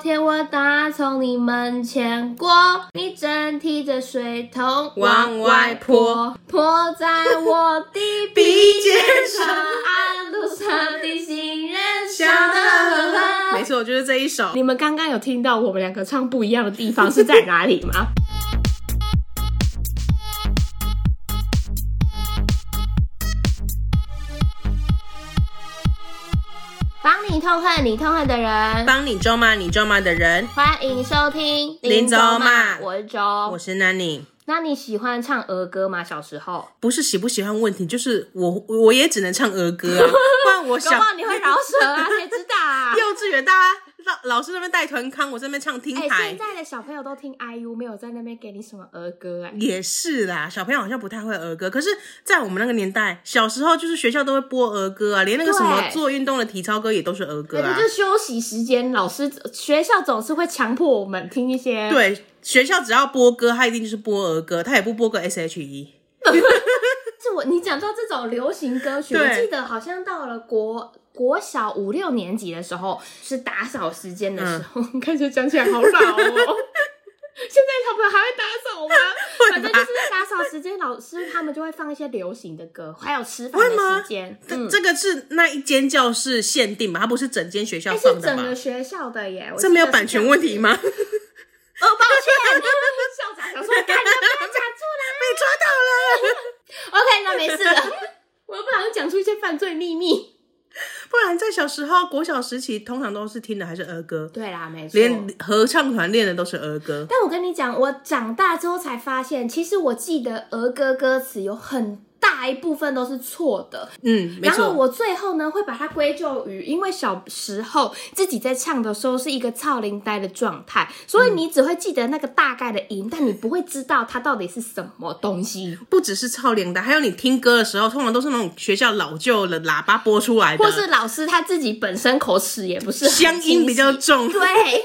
天我打从你门前过，你正提着水桶往外泼，泼在我的鼻尖上，安路上的行人笑想得得很没错，就是这一首。你们刚刚有听到我们两个唱不一样的地方是在哪里吗？帮你痛恨你痛恨的人，帮你咒骂你咒骂的人，欢迎收听林州骂我是我周。是 Nanny。那你喜欢唱儿歌吗？小时候，不是喜不喜欢问题，就是我我也只能唱儿歌 啊，不然搞我不小好你会饶舌啊，谁知道 啊？幼稚园大家老老师那边带团康，我这边唱听哎、台、现在的小朋友都听 IU，没有在那边给你什么儿歌哎、也是啦，小朋友好像不太会儿歌，可是，在我们那个年代，小时候就是学校都会播儿歌啊，连那个什么对做运动的体操歌也都是儿对，歌啊就。是休息时间，老师学校总是会强迫我们听一些，，对，学校只要播歌，他一定就是播儿歌，他也不播个 E S.H.E。是我你讲到这种流行歌曲，对我记得好像到了国国小五六年级的时候，是打扫时间的嗯时候， 开始讲起来好老哦。 现在小朋友还会打扫吗？反正就是在打扫时间，老师他们就会放一些流行的歌，还有吃饭会吗的时间，这、嗯，这个是那一间教室限定吧，它不是整间学校哎放是的整吧？个学校的耶，我这没有记得是版权样问子题吗？被抓哦，抱歉， 校长想说，赶紧把它讲出来。 到了， OK，那没事了。 我又不小心讲出一些犯罪秘密。不然在小时候国小时期，通常都是听的还是儿歌，对啦，没错。连合唱团练的都是儿歌。但我跟你讲，我长大之后才发现，其实我记得儿歌歌词有很大一部分都是错的。嗯，没然后错，我最后呢，会把它归咎于，因为小时候自己在唱的时候是一个操龄呆的状态，所嗯以你只会记得那个大概的音，但你不会知道它到底是什么东西。不只是超龄的，还有你听歌的时候，通常都是那种学校老旧的喇叭播出来的，或是老师他自己本身口齿也不是很乡音比较清晰 重，对，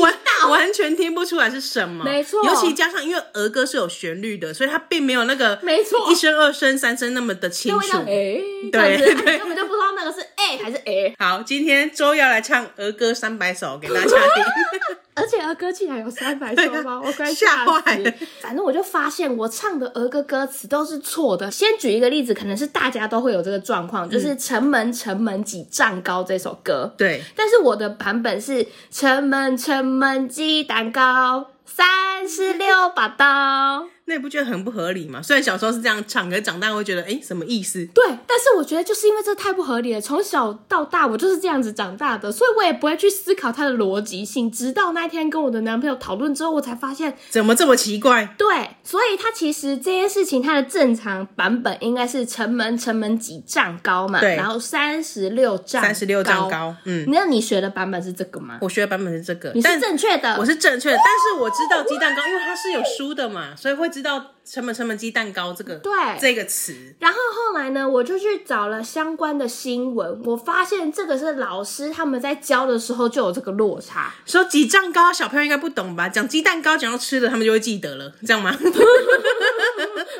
完完全听不出来是什么。没错尤其加上因为儿歌是有旋律的，所以它并没有那个没错一声、二声、三声那么的清就会楚让。哎，这对样子对根本就不知道那个是 A 还是 A，好，今天周要来唱儿歌三百首给大 家听，而且儿歌竟然有三百首对啊吗？我快吓死坏了反正我就发现我唱的儿歌歌词都是错的。先举一个例子，可能是大家都会有这个状况，就是《城门城门几丈高》这首歌，对，但是我的版本是“城门城门鸡蛋糕，三十六把刀”。那你不觉得很不合理吗？虽然小时候是这样唱，可是长大会觉得，哎、什么意思？ 对，但是我觉得就是因为这太不合理了，从小到大我就是这样子长大的，所以我也不会去思考它的逻辑性。直到那一天跟我的男朋友讨论之后，我才发现，怎么这么奇怪？对，所以它其实这件事情它的正常版本应该是城门城门几丈高嘛，对然后三十六丈，三十六丈。高，嗯，那你学的版本是这个吗？我学的版本是这个，你但是正确的，我是正确的，但是我知道鸡蛋糕，因为它是有书的嘛，所以会知道成本成本鸡蛋糕这个对这个词。然后后来呢，我就去找了相关的新闻，我发现这个是老师他们在教的时候就有这个落差。说几丈高，小朋友应该不懂吧？讲鸡蛋糕，讲到吃的，他们就会记得了，这样吗？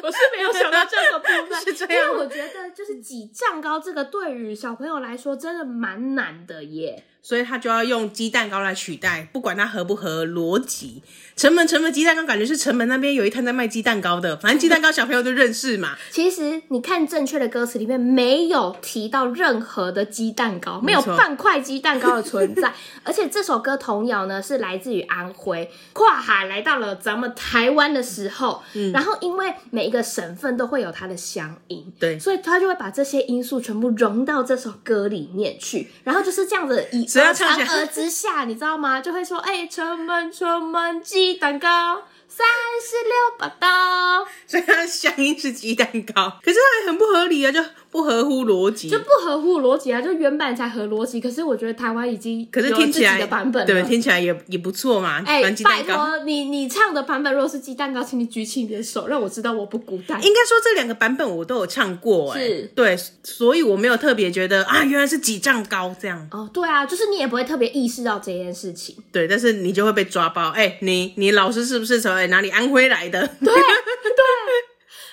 我是没有想到这个部分，是这 因样吗为我觉得就是几丈高这个对于小朋友来说真的蛮难的耶。所以他就要用鸡蛋糕来取代，不管它合不合逻辑。城门城门鸡蛋糕，感觉是城门那边有一摊在卖鸡蛋糕的，反正鸡蛋糕小朋友就认识嘛。其实你看正确的歌词里面没有提到任何的鸡蛋糕，没有错半块鸡蛋糕的存在。而且这首歌童谣呢是来自于安徽，跨海来到了咱们台湾的时候，嗯然后因为每一个省份都会有它的乡音，对所以他就会把这些因素全部融到这首歌里面去，然后就是这样子以只要唱起来嫦娥之下，你知道吗？就会说，哎、城门城门鸡蛋糕，三十六把刀，所以它的乡音是鸡蛋糕，可是它也很不合理啊，就不合乎逻辑就。不合乎逻辑啊！就原版才合逻辑，可是我觉得台湾已经可是有听起自来己的版本了对，听起来也也不错嘛。哎、反正鸡拜蛋糕。托你，你唱的版本如果是鸡蛋糕，请你举起你的手，让我知道我不孤单。应该说这两个版本我都有唱过、哎，是对，所以我没有特别觉得啊，原来是几丈高这样，哦，对啊，就是你也不会特别意识到这件事情。对，但是你就会被抓包，哎、你你老师是不是从哎、哪里安徽来的？对，然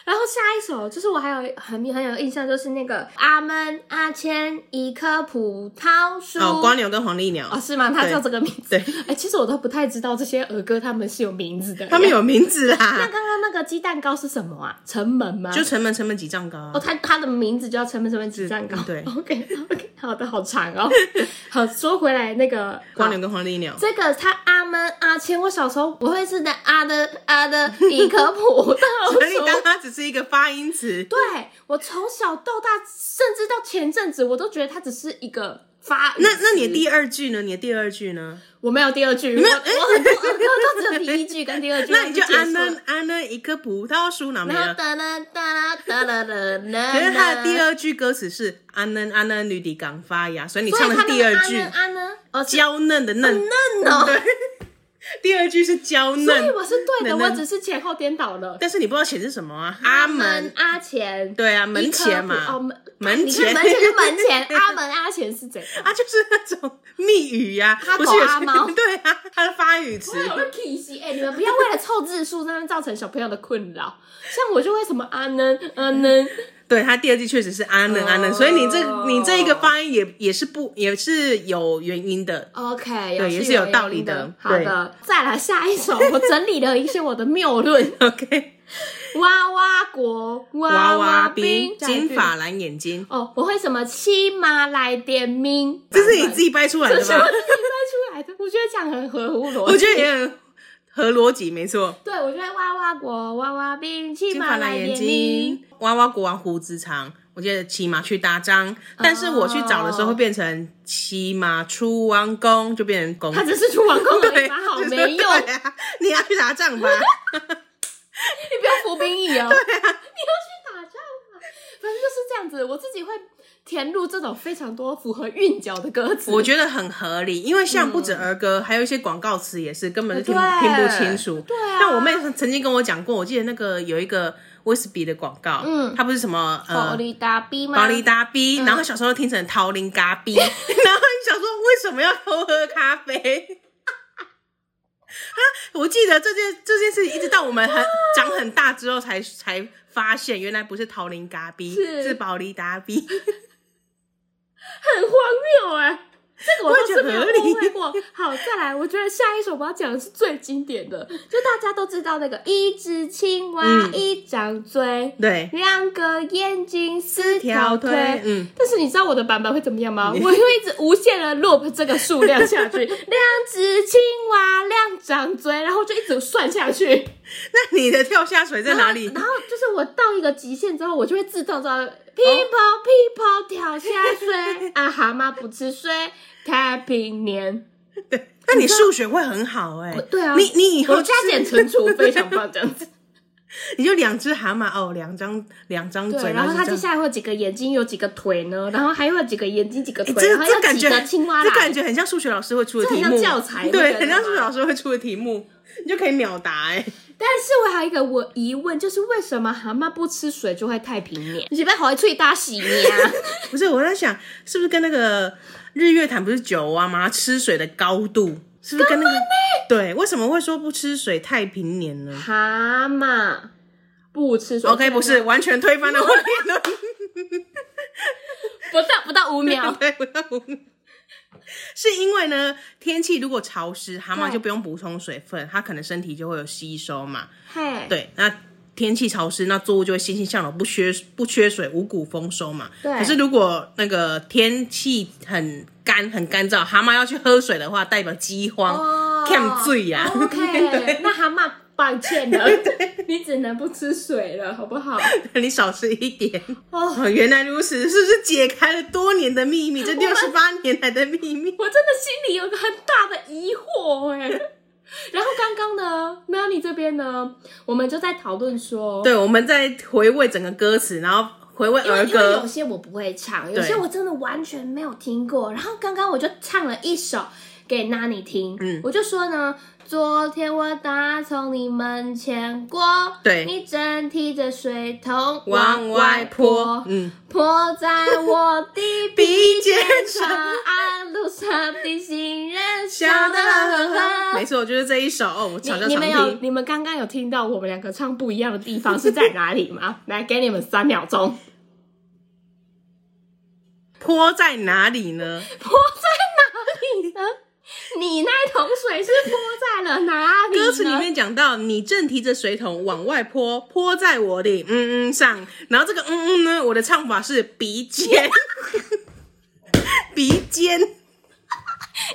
然后下一首就是我还有很很有印象，就是那个阿闷阿谦一棵葡萄树。哦，瓜牛跟黄鹂鸟，啊哦，是吗？他对叫这个名字。对，哎、其实我都不太知道这些儿歌他们是有名字的。他们。有名字那啦，刚刚那个鸡蛋糕是什么啊？城门吗？就城门城门几丈高啊哦，。它它的名字就叫城门城门鸡蛋糕。嗯对，OK OK，好的，好长 哦。好，说回来那个啊瓜牛跟黄鹂鸟，这个他阿闷阿谦，我小时候我会是那阿的阿的李可普所以到当它只是一个发音词，对我从小到大，甚至到前阵子，我都觉得他只是一个发语那那你词的第二句呢？你的第二句呢？我没有第二句，我我很多我都只有第一句跟第二句， 那你就结束了安呢安呢一棵葡萄树哪没然后了？哒啦哒啦哒啦啦啦，可是它的第二句歌词是安嫩安嫩绿地刚发芽，所以你所以唱它的那个是第二句安呢安呢，哦是娇嫩的嫩，嫩哦， 对，第二句是娇所以嫩，我是对的，嫩我嫩只是前后颠倒了。但是你不知道钱是什么啊？阿门，阿钱，对啊，一门颗前葡哦嘛，门门啊你看前门前是门 前，阿门阿钱是怎样？啊，就是那种密语呀、哈不是有狗阿猫 对啊，它的发语 词我。有个 K 哎、你们不要为了凑字数，那边造成小朋友的困扰。像我就会什么阿呢阿 呢，对，它第二句确实是安嫩哦安嫩，所以你这你这一个发音也也是不也是有原因的。 OK，对也是是有道理的的。好对的，再来下一首，我整理了一些我的谬论。 OK，哇哇国，娃娃娃兵，下一句金发蓝眼睛，哦，我会什么七妈来点名，这是你自己掰出来这的是我吧？自己掰出来的，我觉得讲很合乎逻辑。我觉得也很合逻辑，没错。对，我觉得娃娃国娃娃兵，七金妈发蓝来眼点睛名。，娃娃国王胡子长。我记得骑马去打仗，但是我去找的时候会变成骑马出王宫，就变成公他只是出王宫而对，已，蛮好就是没用，对啊，你要去 打仗吧？你不要服兵役哦。对啊，你要去打仗啊。反正就是这样子，我自己会填入这种非常多符合韵脚的歌词。我觉得很合理，因为像不止儿歌，还有一些广告词也是根本就听对不听不清楚。对啊但我妹曾经跟我讲过，我记得那个有一个威士比的广告，嗯，它不是什么保呃。利达 B 吗？嗯保利达 B，、然后小时候听成桃林咖 逼，然后你想说为什么要偷喝咖啡？ 啊，我记得这件这件事情，一直到我们哦很长很大之后才才发现，原来不是桃林咖逼，是是保利达 B。很荒谬哎、这个我倒是没有误我会也过。好，再来，我觉得下一首我要讲的是最经典的，就大家都知道那个一只青蛙、嗯一张嘴， 对，两个眼睛四条条腿。腿，嗯，但是你知道我的版本会怎么样吗？我会一直无限的 loop 这个数量下 去，两只青蛙，两张嘴，然后就一直算下去。那你的跳下水在哪里？然后就是我到一个极限之后，我就会自动知道 people people 跳下水， 啊蛤蟆不吃水，太平年。对，那你数学会很好哎、我对啊你你以我后加就是减乘除非常棒，这样子。 你就两只蛤蟆哦，两张两张对，嘴，然后它就接这样。下来会有几个眼睛，有几个腿呢？然后还会有几个眼睛，几个哎腿，这然后这有感几觉，个青蛙这感啦。觉很像数学老师会出的这很题像目，教材你觉对，得很像数学吗老师会出的题目，你就可以秒答哎、但是我还有一个我疑问，就是为什么蛤蟆不吃水就会太平 年？你是不是好会吹大洗你啊？不是，我在想是不是跟那个日月潭不是九蛙吗？吃水的高度是不是跟那个？对，为什么会说不吃水太平年呢 蛤蟆不吃水？OK，不是，完全推翻了我的言论。不到不到五 秒， 对，不要无是因为呢，天气如果潮湿，蛤蟆对就不用补充水分，它可能身体就会有吸收嘛。嘿，对，那天气潮湿，那作物就会欣欣向荣，不缺不缺水，五谷丰收嘛。对可是如果那个天气很干很干燥，蛤蟆要去喝水的话，代表饥荒，欠、水啊呀、哦 OK，那蛤蟆抱歉 了，你只能不吃水了，好不好？你少吃一点。 哦，哦，原来如此，是不是解开了多年的秘密？这六十八年来的秘密。我真的心里有个很大的疑惑哎。然后刚刚呢，Melanie 这边呢，我们就在讨论说，对，我们在回味整个歌词，然后回味因为儿因为有歌。些我不会唱，对有些我真的完全没有听过。然后刚刚我就唱了一首。给 Nani 听，嗯，我就说呢，昨天我打从你门前过，对你正提着水桶往外泼，嗯，泼在我的 鼻尖肩上，上安路上的行人笑笑得得呵呵呵呵，呵没。错，就是这一首，哦、我常常你常们有听。你们刚刚有听到我们两个唱不一样的地方是在哪里吗？ 来，给你们三秒钟。泼在哪里呢？泼 在哪里呢？嗯你那桶水是泼在了哪里呢？歌词里面讲到，你正提着水桶往外泼，泼在我的嗯嗯上。然后这个嗯嗯呢，我的唱法是鼻尖， 鼻尖，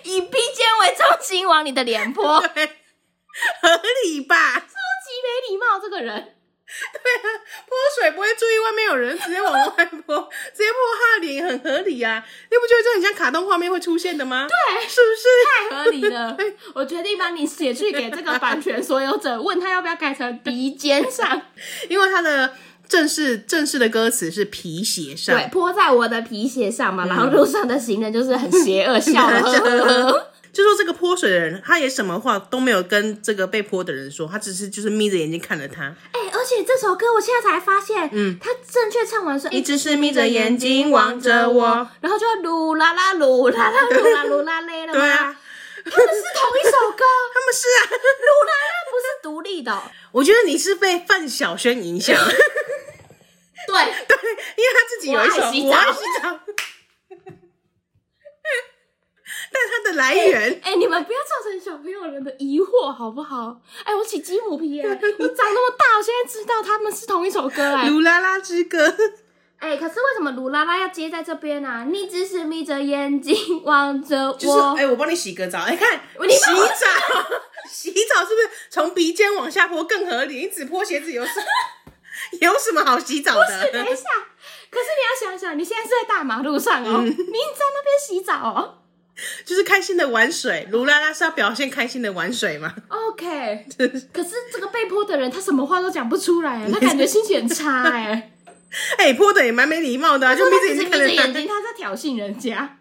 以鼻尖为中心往你的脸泼，超级对，合理吧？没礼貌这个人。泼水不会注意外面有人，直接往外泼，直接泼他的脸很合理啊！你不觉得这很像卡通画面会出现的吗？对，是不太合理了， 我决定把你写去给这个版权所有者，问他要不要改成鼻尖上，是？因为它的正式正式的歌词是皮鞋上，对，泼在我的皮鞋上嘛。然后路上的行人就是很邪恶，笑呵呵 呵。就说这个泼水的人，他也什么话都没有跟这个被泼的人说，他只是就是眯着眼睛看着他，哎、而且这首歌我现在才发现，嗯，他正确唱完说，哎直是眯着眼睛望着我，，然后就噜啦啦噜啦啦噜啦噜啦嘞了吗对啊，，他们是同一首歌，他们是啊， 噜啦啦不是独立的哦、我觉得你是被范晓萱影响，对，因 对，为他自己有一首我爱洗澡我爱洗澡，但它的来源哎、你们不要造成小朋友人的疑惑好不好？哎、我起鸡母皮哎、我长那么大，我现在知道他们是同一首歌哎、 《卢拉拉之歌》，哎、可是为什么鲁拉拉要接在这边啊？你只是眯着眼睛望着我，就是哎、我帮你洗个澡，哎、看你洗帮我澡，洗澡是不是从鼻尖往下泼更合理？你只泼鞋子有什有什么好洗澡不是，等一的？下，可是你要想想，你现在是在大马路上哦，你在那边洗澡哦。就是开心的玩水，卢拉拉是要表现开心的玩水嘛？ OK，就是可是这个被迫的人，他什么话都讲不出来，哎他感觉心情很差哎。哎、泼的也蛮没礼貌的、啊，就闭他着只眼是睛眯看着眼着睛，他。他在挑衅人家。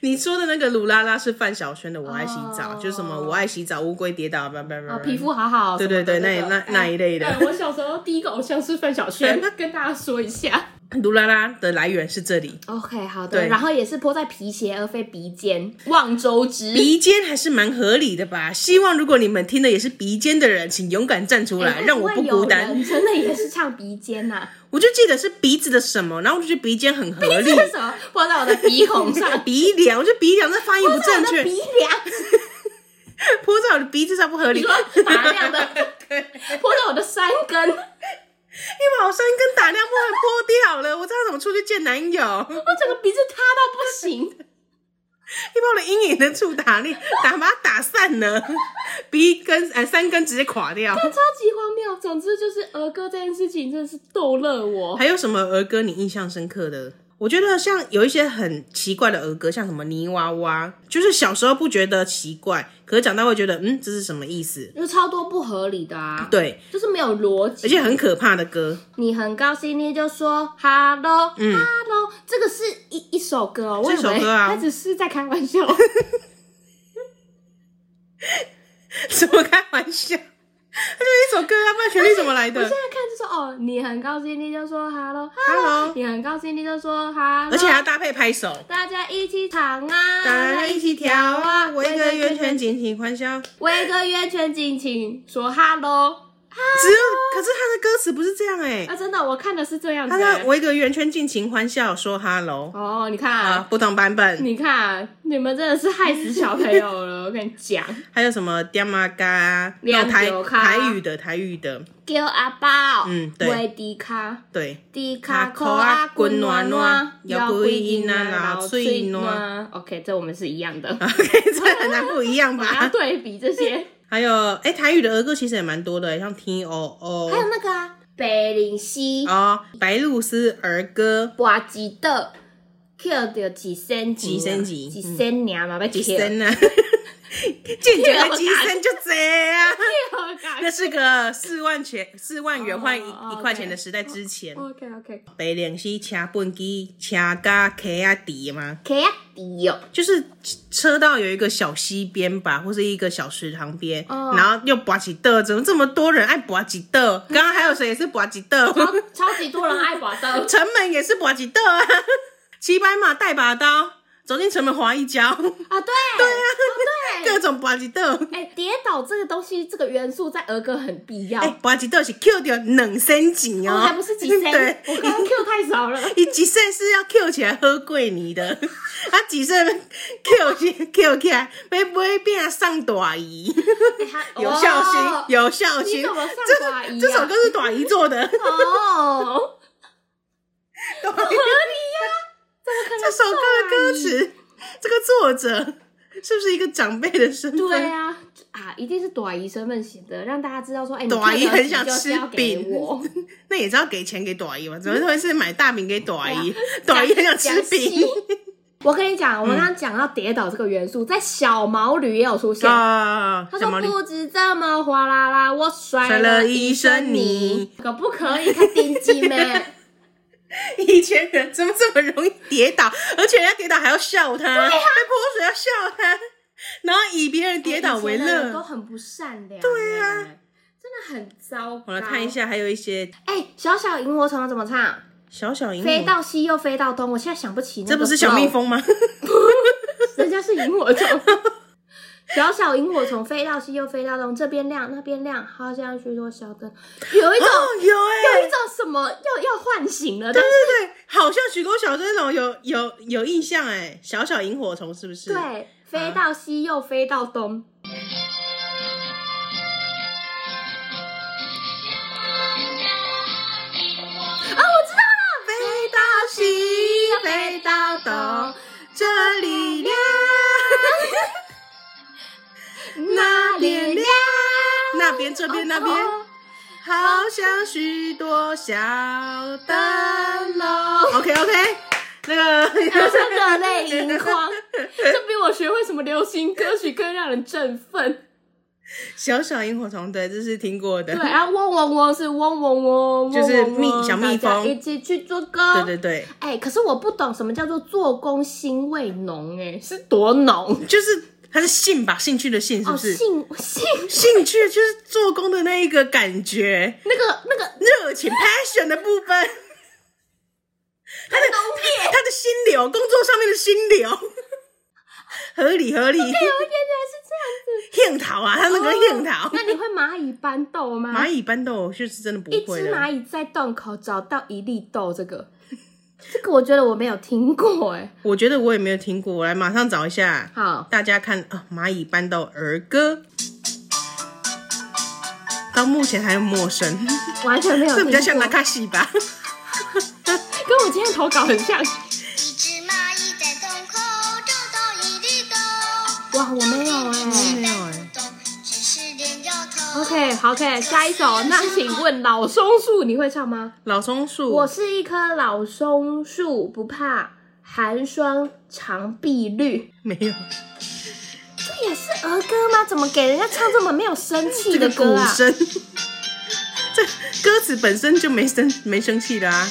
你说的那个卢拉拉是范晓萱的《我爱洗澡》哦就是什么我爱洗澡，乌龟跌倒，叭叭叭啊，叭，皮肤好好。对对什对么的那个那那一类的哎哎我小时候第一个偶像是范晓 萱，跟大家说一下。卢拉拉的来源是这里。 OK，好的。对然后也是泼在皮鞋而非鼻尖，望周知。鼻尖还是蛮合理的吧？希望如果你们听的也是鼻尖的人，请勇敢站出来，哎让我会不有孤单。人真的也是唱鼻尖 呐、啊，我就记得是鼻子的什么，然后我就觉得鼻尖很合理这。是什么？泼在我的鼻孔上，鼻梁，我觉得鼻梁这发音不正我的确，鼻梁，泼在我的鼻子上不合理。你说打量 的对，因泼到我的山根，我为好像跟打量不然泼掉了，我知道怎么出去见男友。整个鼻子塌到不 行。你把我的阴影的触打力打把它打散了， 鼻根呃三根直接垮掉。超级荒谬，总之就是儿歌这件事情真的是逗乐我。还有什么儿歌你印象深刻的？我觉得像有一些很奇怪的儿歌，像什么泥娃娃，就是小时候不觉得奇怪，可是长大会觉得，嗯，这是什么意思？有超多不合理的啊，对，就是没有逻辑。而且很可怕的歌， 你很高兴，你就说 “hello、hello”，这个是一一首歌哦，我以这嗯首为歌啊他只是在开玩笑。什么开玩笑？它 就是一首歌啊，不然旋律怎么来我现的在看就说哦，你很高兴，你就说 “hello ？Hello，你很高兴，你就说 “hello”，而且还要搭配拍手，大家一起唱啊，大家一起跳啊，围个圆圈，尽情欢笑。围个圆圈，尽情说 “hello”。只有，可是它的歌词不是这样哎、啊，真的，我看的是这样子他欸、在围个圆圈尽情欢笑，说 “hello” 哦，你看、啊，不同版本，你看，你们真的是害死小朋友了，我跟你讲。还有什么爹妈嘎，那两种台九咖台语的台语的，叫阿宝，嗯对喂迪卡，对， 迪卡裤啊，滚暖暖，摇滚音啊，老脆暖。OK，这我啊们是一样的， 这很难不一样我要吧？对比这些，还有，哎、台语的儿歌其实也蛮多的，欸像 T O 还有 O 那个啊，北岭西哦，白露丝儿歌，瓜吉的 kill 掉几仙几仙钱几嗯仙年嘛，被鸡 kill 生啊，健全的鸡生就这啊。哎 那 kill 是个四万钱、四万元换一哦哦一块钱的时代之前， OK OK，白领是车本机、车加 K 啊迪吗？可以低哦，就是车道有一个小溪边吧，或是一个小池塘边，哦然后又拔几豆，怎么这么多人爱拔几豆？刚刚还有谁也是拔几 豆？超哦超级多人爱拔刀，城门也是拔几豆啊！ 骑白马带把刀，走进城门划一跤， 啊，对，对啊，对，各种拔几豆。哎、跌倒这个东西，这个元素在儿歌很必要。哎、拔几豆是 Q 掉两升钱哦，哦，还不是几声，对，我刚刚 Q 太少 了。一几岁是要 Q 起来喝桂泥的，他几岁 Q 起 Q 起来，被不会变上短啊姨，他有孝心，哦有孝你心。怎么上这寡姨、啊？这首歌是短姨做的，哦， 短姨合理啊呀、怎么可能？ 这首歌的歌，词，这个作者是不是一个长辈的身份？对啊，啊，一定是朵姨身份写的，让大家知道说，哎、你朵姨这个很想就是吃要给饼 我。，那也是要给钱给短姨嘛？怎么会是买大饼给短姨？讲短姨很想吃。嗯讲西饼嗯我跟你讲，我们刚刚讲到跌倒这个元素，在小毛驴也有出现。啊！他小说毛驴不止这么哗啦啦，我甩甩了了一一身身泥泥，可不可以？他顶级妹，以前人怎么这么容易跌倒，而且人家跌倒还要笑他，啊被泼水要笑他，然后以别人 跌倒为哎以前的人都乐。很不善良。对啊，真的很糟糕。我来看一，下，还有一些哎、小小萤火虫要怎么唱？小小萤飞火，到西又飞到东，我现在想不起那个。这不是小蜜，蜂吗？人家是萤火虫。小小萤火虫飞到西又飞到东，这边亮那边亮，好像许多小灯，有一种、哦，有哎、有欸一种什么要要唤醒了，对但是对对，好像许多小这种有有有印象哎、小小萤火虫是不是？，对，飞到西又飞到东。啊，我知道了，飞到西，飞到东，这里亮，那里亮，那边这边那边，好像许多小灯笼。喽， OK OK，那个我是热泪盈眶，这比我学会什么流行歌曲更让人振奋。 小小萤火虫，对，这是听过的。对，然后嗡嗡嗡是嗡嗡嗡，就是嗡嗡嗡蜜小蜜大家蜂一起去做歌。对对对哎、可是我不懂什么叫做做工腥味浓，哎，是多浓？就是它是兴吧，兴趣的兴哦，是不是？性性兴趣就是做工的那一个感觉，那个那个哦热情 passion 的部分，它的浓烈，他的心流，工作上面的心流，合理合理。对，我原来是这样子。哦樱桃啊，他那个樱桃，那你会蚂蚁搬豆吗？蚂蚁搬豆就是真的不一会只了。蚂蚁在洞口找到一粒豆，这个这个我觉得我没有听过哎、我觉得我也没有听过，我来马上找一下。 好，大家看啊，蚂蚁搬到儿歌，到目前还很陌生，完全没有听这比过，较像纳卡西吧？ 跟我今天投稿很像。一只蚂蚁在洞口找到一粒豆，哇，我没有哎、没有哎、不懂，只是点摇头。 OK，好，OK，下一首。那请问老松树你会唱吗？老松树，我是一棵老松树，不怕寒霜，长碧绿。没有这也是儿歌吗？怎么给人家唱这么没有生气这的个歌鼓啊？声， 这歌词本身就没生没生气的啊。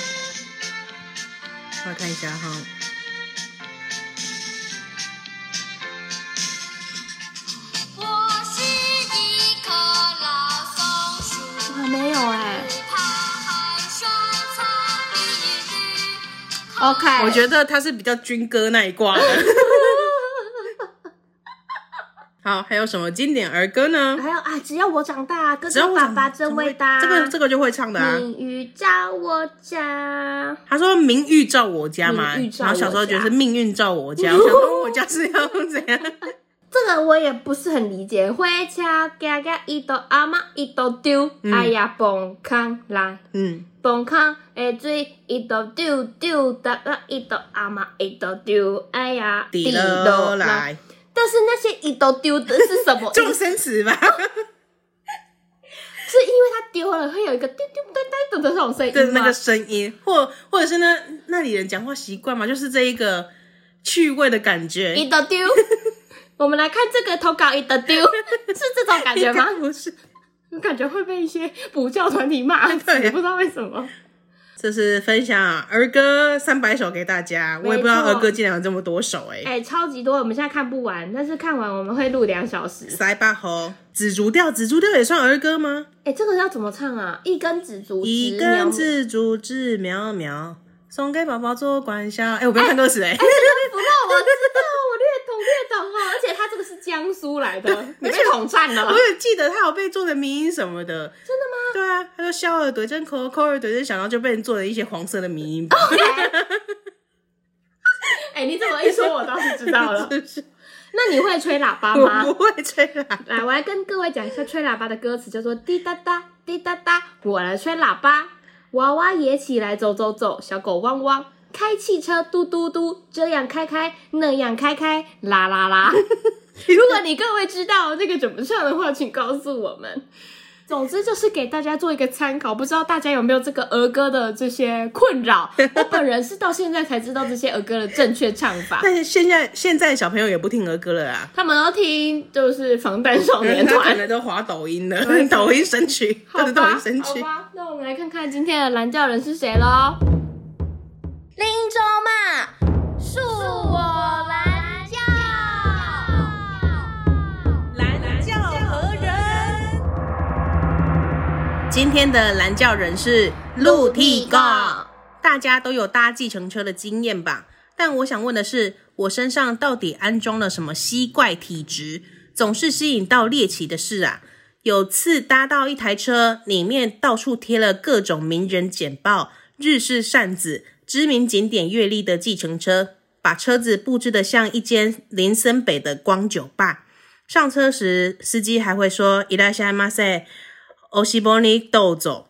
我来看一下哈，我是一棵老松树，哇，没有哎、不怕寒霜藏碧绿。 OK，我觉得它是比较军歌那一挂的。 好，还有什么经典儿歌呢？还有啊，只要我长大，哥只要哥我爸长爸大真嗯怎么伟会大。这个这个就会唱的啊。名誉照我家，他说“名誉照我家”嘛，名誉照然后小时候觉得是“命运照我家”，我想说我家是要怎样？这个我也不是很理解。火车嘎嘎一头阿妈一头丢，嗯哎呀蹦康来。 嗯，蹦康的水哎一头丢丢，哒啦一头阿妈一头丢，哎呀底了。滴来，但是那些一头丢的是什么意思？众生词吧？是因为它丢了会有一个丢丢噔噔的这种声音的吗那个声音，或或者是呢那里人讲话习惯嘛，就是这一个趣味的感觉。一的丢。我们来看这个投稿一的丢，是这种感觉吗？ 应该不是，我感觉会被一些补教团体骂死，对啊不知道为什么。这是分享儿歌三百首给大家，我也不知道没错儿歌竟然有这么多首哎、哎、超级多，我们现在看不完，但是看完我们会录两小时。塞巴吼，紫竹调，紫竹调也算儿歌吗？哎、这个要怎么唱啊？一根紫竹，一直苗根木，紫竹枝苗苗，送给宝宝做管销。哎、我不要看歌词哎、不过我知道，我略懂略懂哦。而且它这个是江苏来的，你被统战了 我。有记得他有被做成迷音什么的，真的 吗？对啊，他说笑耳朵真抠，抠耳朵真响，然后就被人做了一些黄色的迷音吧。哦 哎、你怎么一说，我倒是知道了。 是不是？那你会吹喇叭吗我？不会吹啦。来，我来跟各位讲一下吹喇叭的歌词，叫做滴答答滴答答，我来吹喇叭，娃娃也起来走走走，小狗汪汪，开汽车嘟嘟嘟，这样开开那样开开，啦啦啦。如果你各位知道这个怎么唱的话，请告诉我们。总之就是给大家做一个参考，不知道大家有没有这个儿歌的这些困扰？我本人是到现在才知道这些儿歌的正确唱 法，但是现在现在小朋友也不听儿歌了啦，他们要听就是防弹少年哦他可团。能都滑抖音了，抖音神曲，好都吧，是抖音神曲好。吧，那我们来看看今天的蓝教人是谁喽。林州嘛，恕我蓝教。蓝教何人？今天的蓝教人是陆地狗，大家都有搭计程车的经验吧？但我想问的是，我身上到底安装了什么稀怪体质，总是吸引到猎奇的事啊？有次搭到一台车，里面到处贴了各种名人简报、日式扇子、知名景点阅历的计程车，把车子布置得像一间林森北的光酒吧。上车时，司机还会说“伊拉西马塞欧西波尼豆走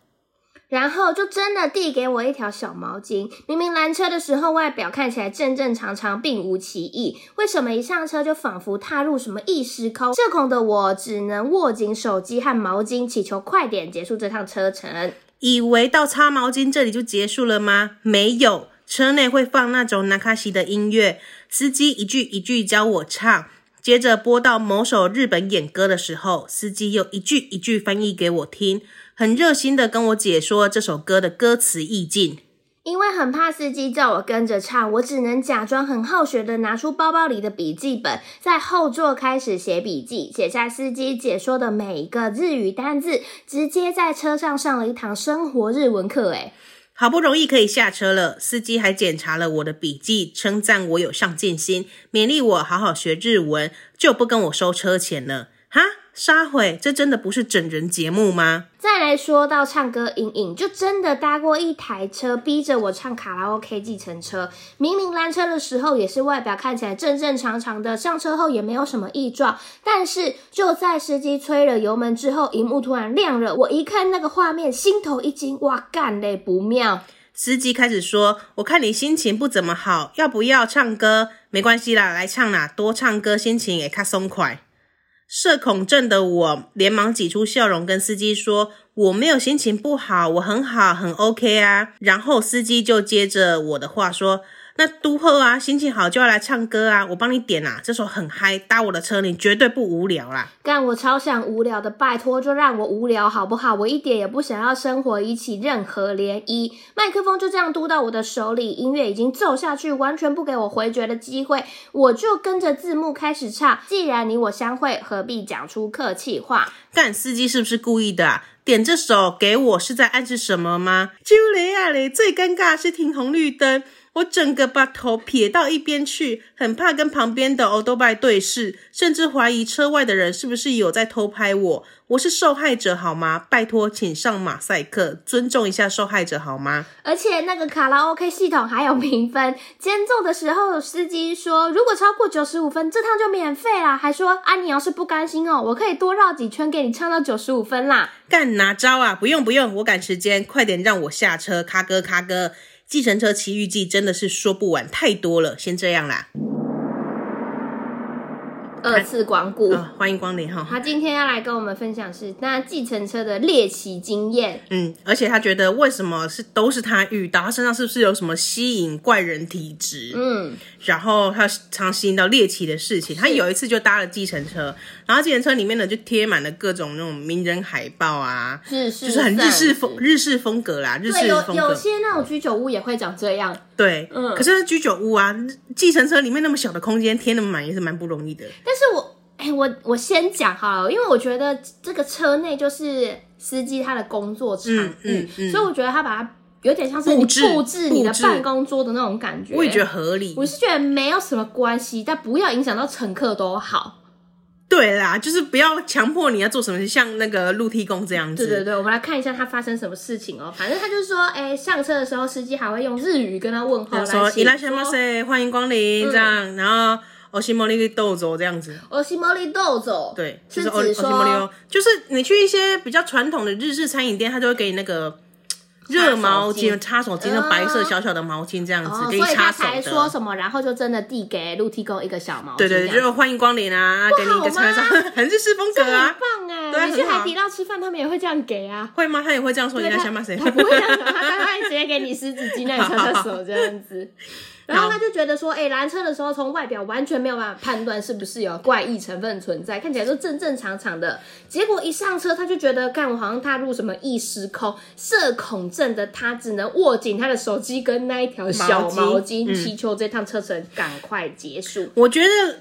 然后就真的递给我一条小毛巾。明明拦车的时候外表看起来正正常常，并无歧异，为什么一上车就仿佛踏入什么异时空？社恐的我只能握紧手机和毛巾，祈求快点结束这趟车程。”，以为到擦毛巾这里就结束了吗？没有，车内会放那种纳卡西的音乐，司机一句一句教我唱，接着播到某首日本演歌的时候，司机又一句一句翻译给我听，很热心的跟我解说这首歌的歌词意境。因为很怕司机叫我跟着唱，我只能假装很好学的拿出包包里的笔记本，在后座开始写笔记，写下司机解说的每一个日语单字，直接在车上上了一堂生活日文课。哎，好不容易可以下车了，司机还检查了我的笔记，称赞我有上进心，勉励我好好学日文，就不跟我收车钱了。哈，沙毁，这真的不是整人节目吗？再来说到唱歌阴影，就真的搭过一台车，逼着我唱卡拉 OK 计程车。明明拦车的时候也是外表看起来正正常常的，上车后也没有什么异状，但是就在司机吹了油门之后，荧幕突然亮了，我一看那个画面，心头一惊，哇干嘞，不妙！司机开始说：“我看你心情不怎么好，要不要唱歌？没关系啦，来唱啦，多唱歌心情也较松快。”社恐症的我连忙挤出笑容，跟司机说：“我没有心情不好，我很好，很 OK 啊。”然后司机就接着我的话说：“那都喝啊，心情好就要来唱歌啊，我帮你点啊，这首很嗨，搭我的车你绝对不无聊啦。”干我超想无聊的，拜托就让我无聊好不好？我一点也不想要生活引起任何涟漪。麦克风就这样嘟到我的手里，音乐已经奏下去，完全不给我回绝的机会，我就跟着字幕开始唱。既然你我相会，何必讲出客气话？干司机是不是故意的、啊？点这首给我是在暗示什么吗？就雷啊嘞！最尴尬是停红绿灯，我整个把头撇到一边去，很怕跟旁边的欧多拜对视，甚至怀疑车外的人是不是有在偷拍我。我是受害者好吗？拜托，请上马赛克，尊重一下受害者好吗？而且那个卡拉 OK 系统还有评分，监奏的时候司机说，如果超过九十五分，这趟就免费啦，还说啊，你要是不甘心哦，我可以多绕几圈给你唱到九十五分啦。干哪招啊？不用不用，我赶时间，快点让我下车！咔哥咔哥，计程车奇遇记真的是说不完，太多了，先这样啦。二次光顾。啊，欢迎光临哈。他今天要来跟我们分享是那计程车的猎奇经验，嗯，而且他觉得为什么是都是他遇到，他身上是不是有什么吸引怪人体质？嗯，然后他常吸引到猎奇的事情。他有一次就搭了计程车，然后计程车里面呢就贴满了各种那种名人海报啊，日就式是很日式风散日式风格啦，日对，式有风有格。些那种居酒屋也会长这样，对，嗯可是居酒屋啊，计程车里面那么小的空间，贴那么满也是蛮不容易的。但是我哎、我我先讲好了，因为我觉得这个车内就是司机他的工作场域，嗯嗯嗯所以我觉得他把它有点像是布你置布置你的布置办公桌的那种感觉。我也觉得合理我。是觉得没有什么关系，但不要影响到乘客都好。对啦，就是不要强迫你要做什么，像那个陆地公这样子。对对对，我们来看一下他发生什么事情哦。反正他就是说，哎、上车的时候司机还会用日语跟他问候他来说“伊请嗯拉什么塞，欢迎光临”这样，然后“欧西莫利豆走”这样子。我西莫利哦豆走，对，就是是哦欧指欧西莫利说欧，就是你去一些比较传统的日式餐饮店，他就会给你那个嗯热毛巾、擦手巾，那白色小小的毛巾这样哦，子，所给以你他擦手才说的。什么，啊然后就真的递给陆提供一个小毛巾，对对这对，样就欢迎光临啊，给你一个不好吗餐上， 很日式风格啊很。棒哎、对啊你去很好海底捞吃饭，他们也会这样给啊。会吗？他也会这样 说“伊对拉他什么塞”，他不会啊这样讲，他他会直接给你湿纸巾让你擦擦手这样 子。然后他就觉得说，哎、拦车的时候从外表完全没有办法判断是不是有怪异成分存在，看起来就正正常常的。结果一上车，他就觉得，干我好像踏入什么异时空，社恐症的他只能握紧他的手机跟那一条小毛巾毛巾，嗯祈求这趟车程赶快结束。我觉得，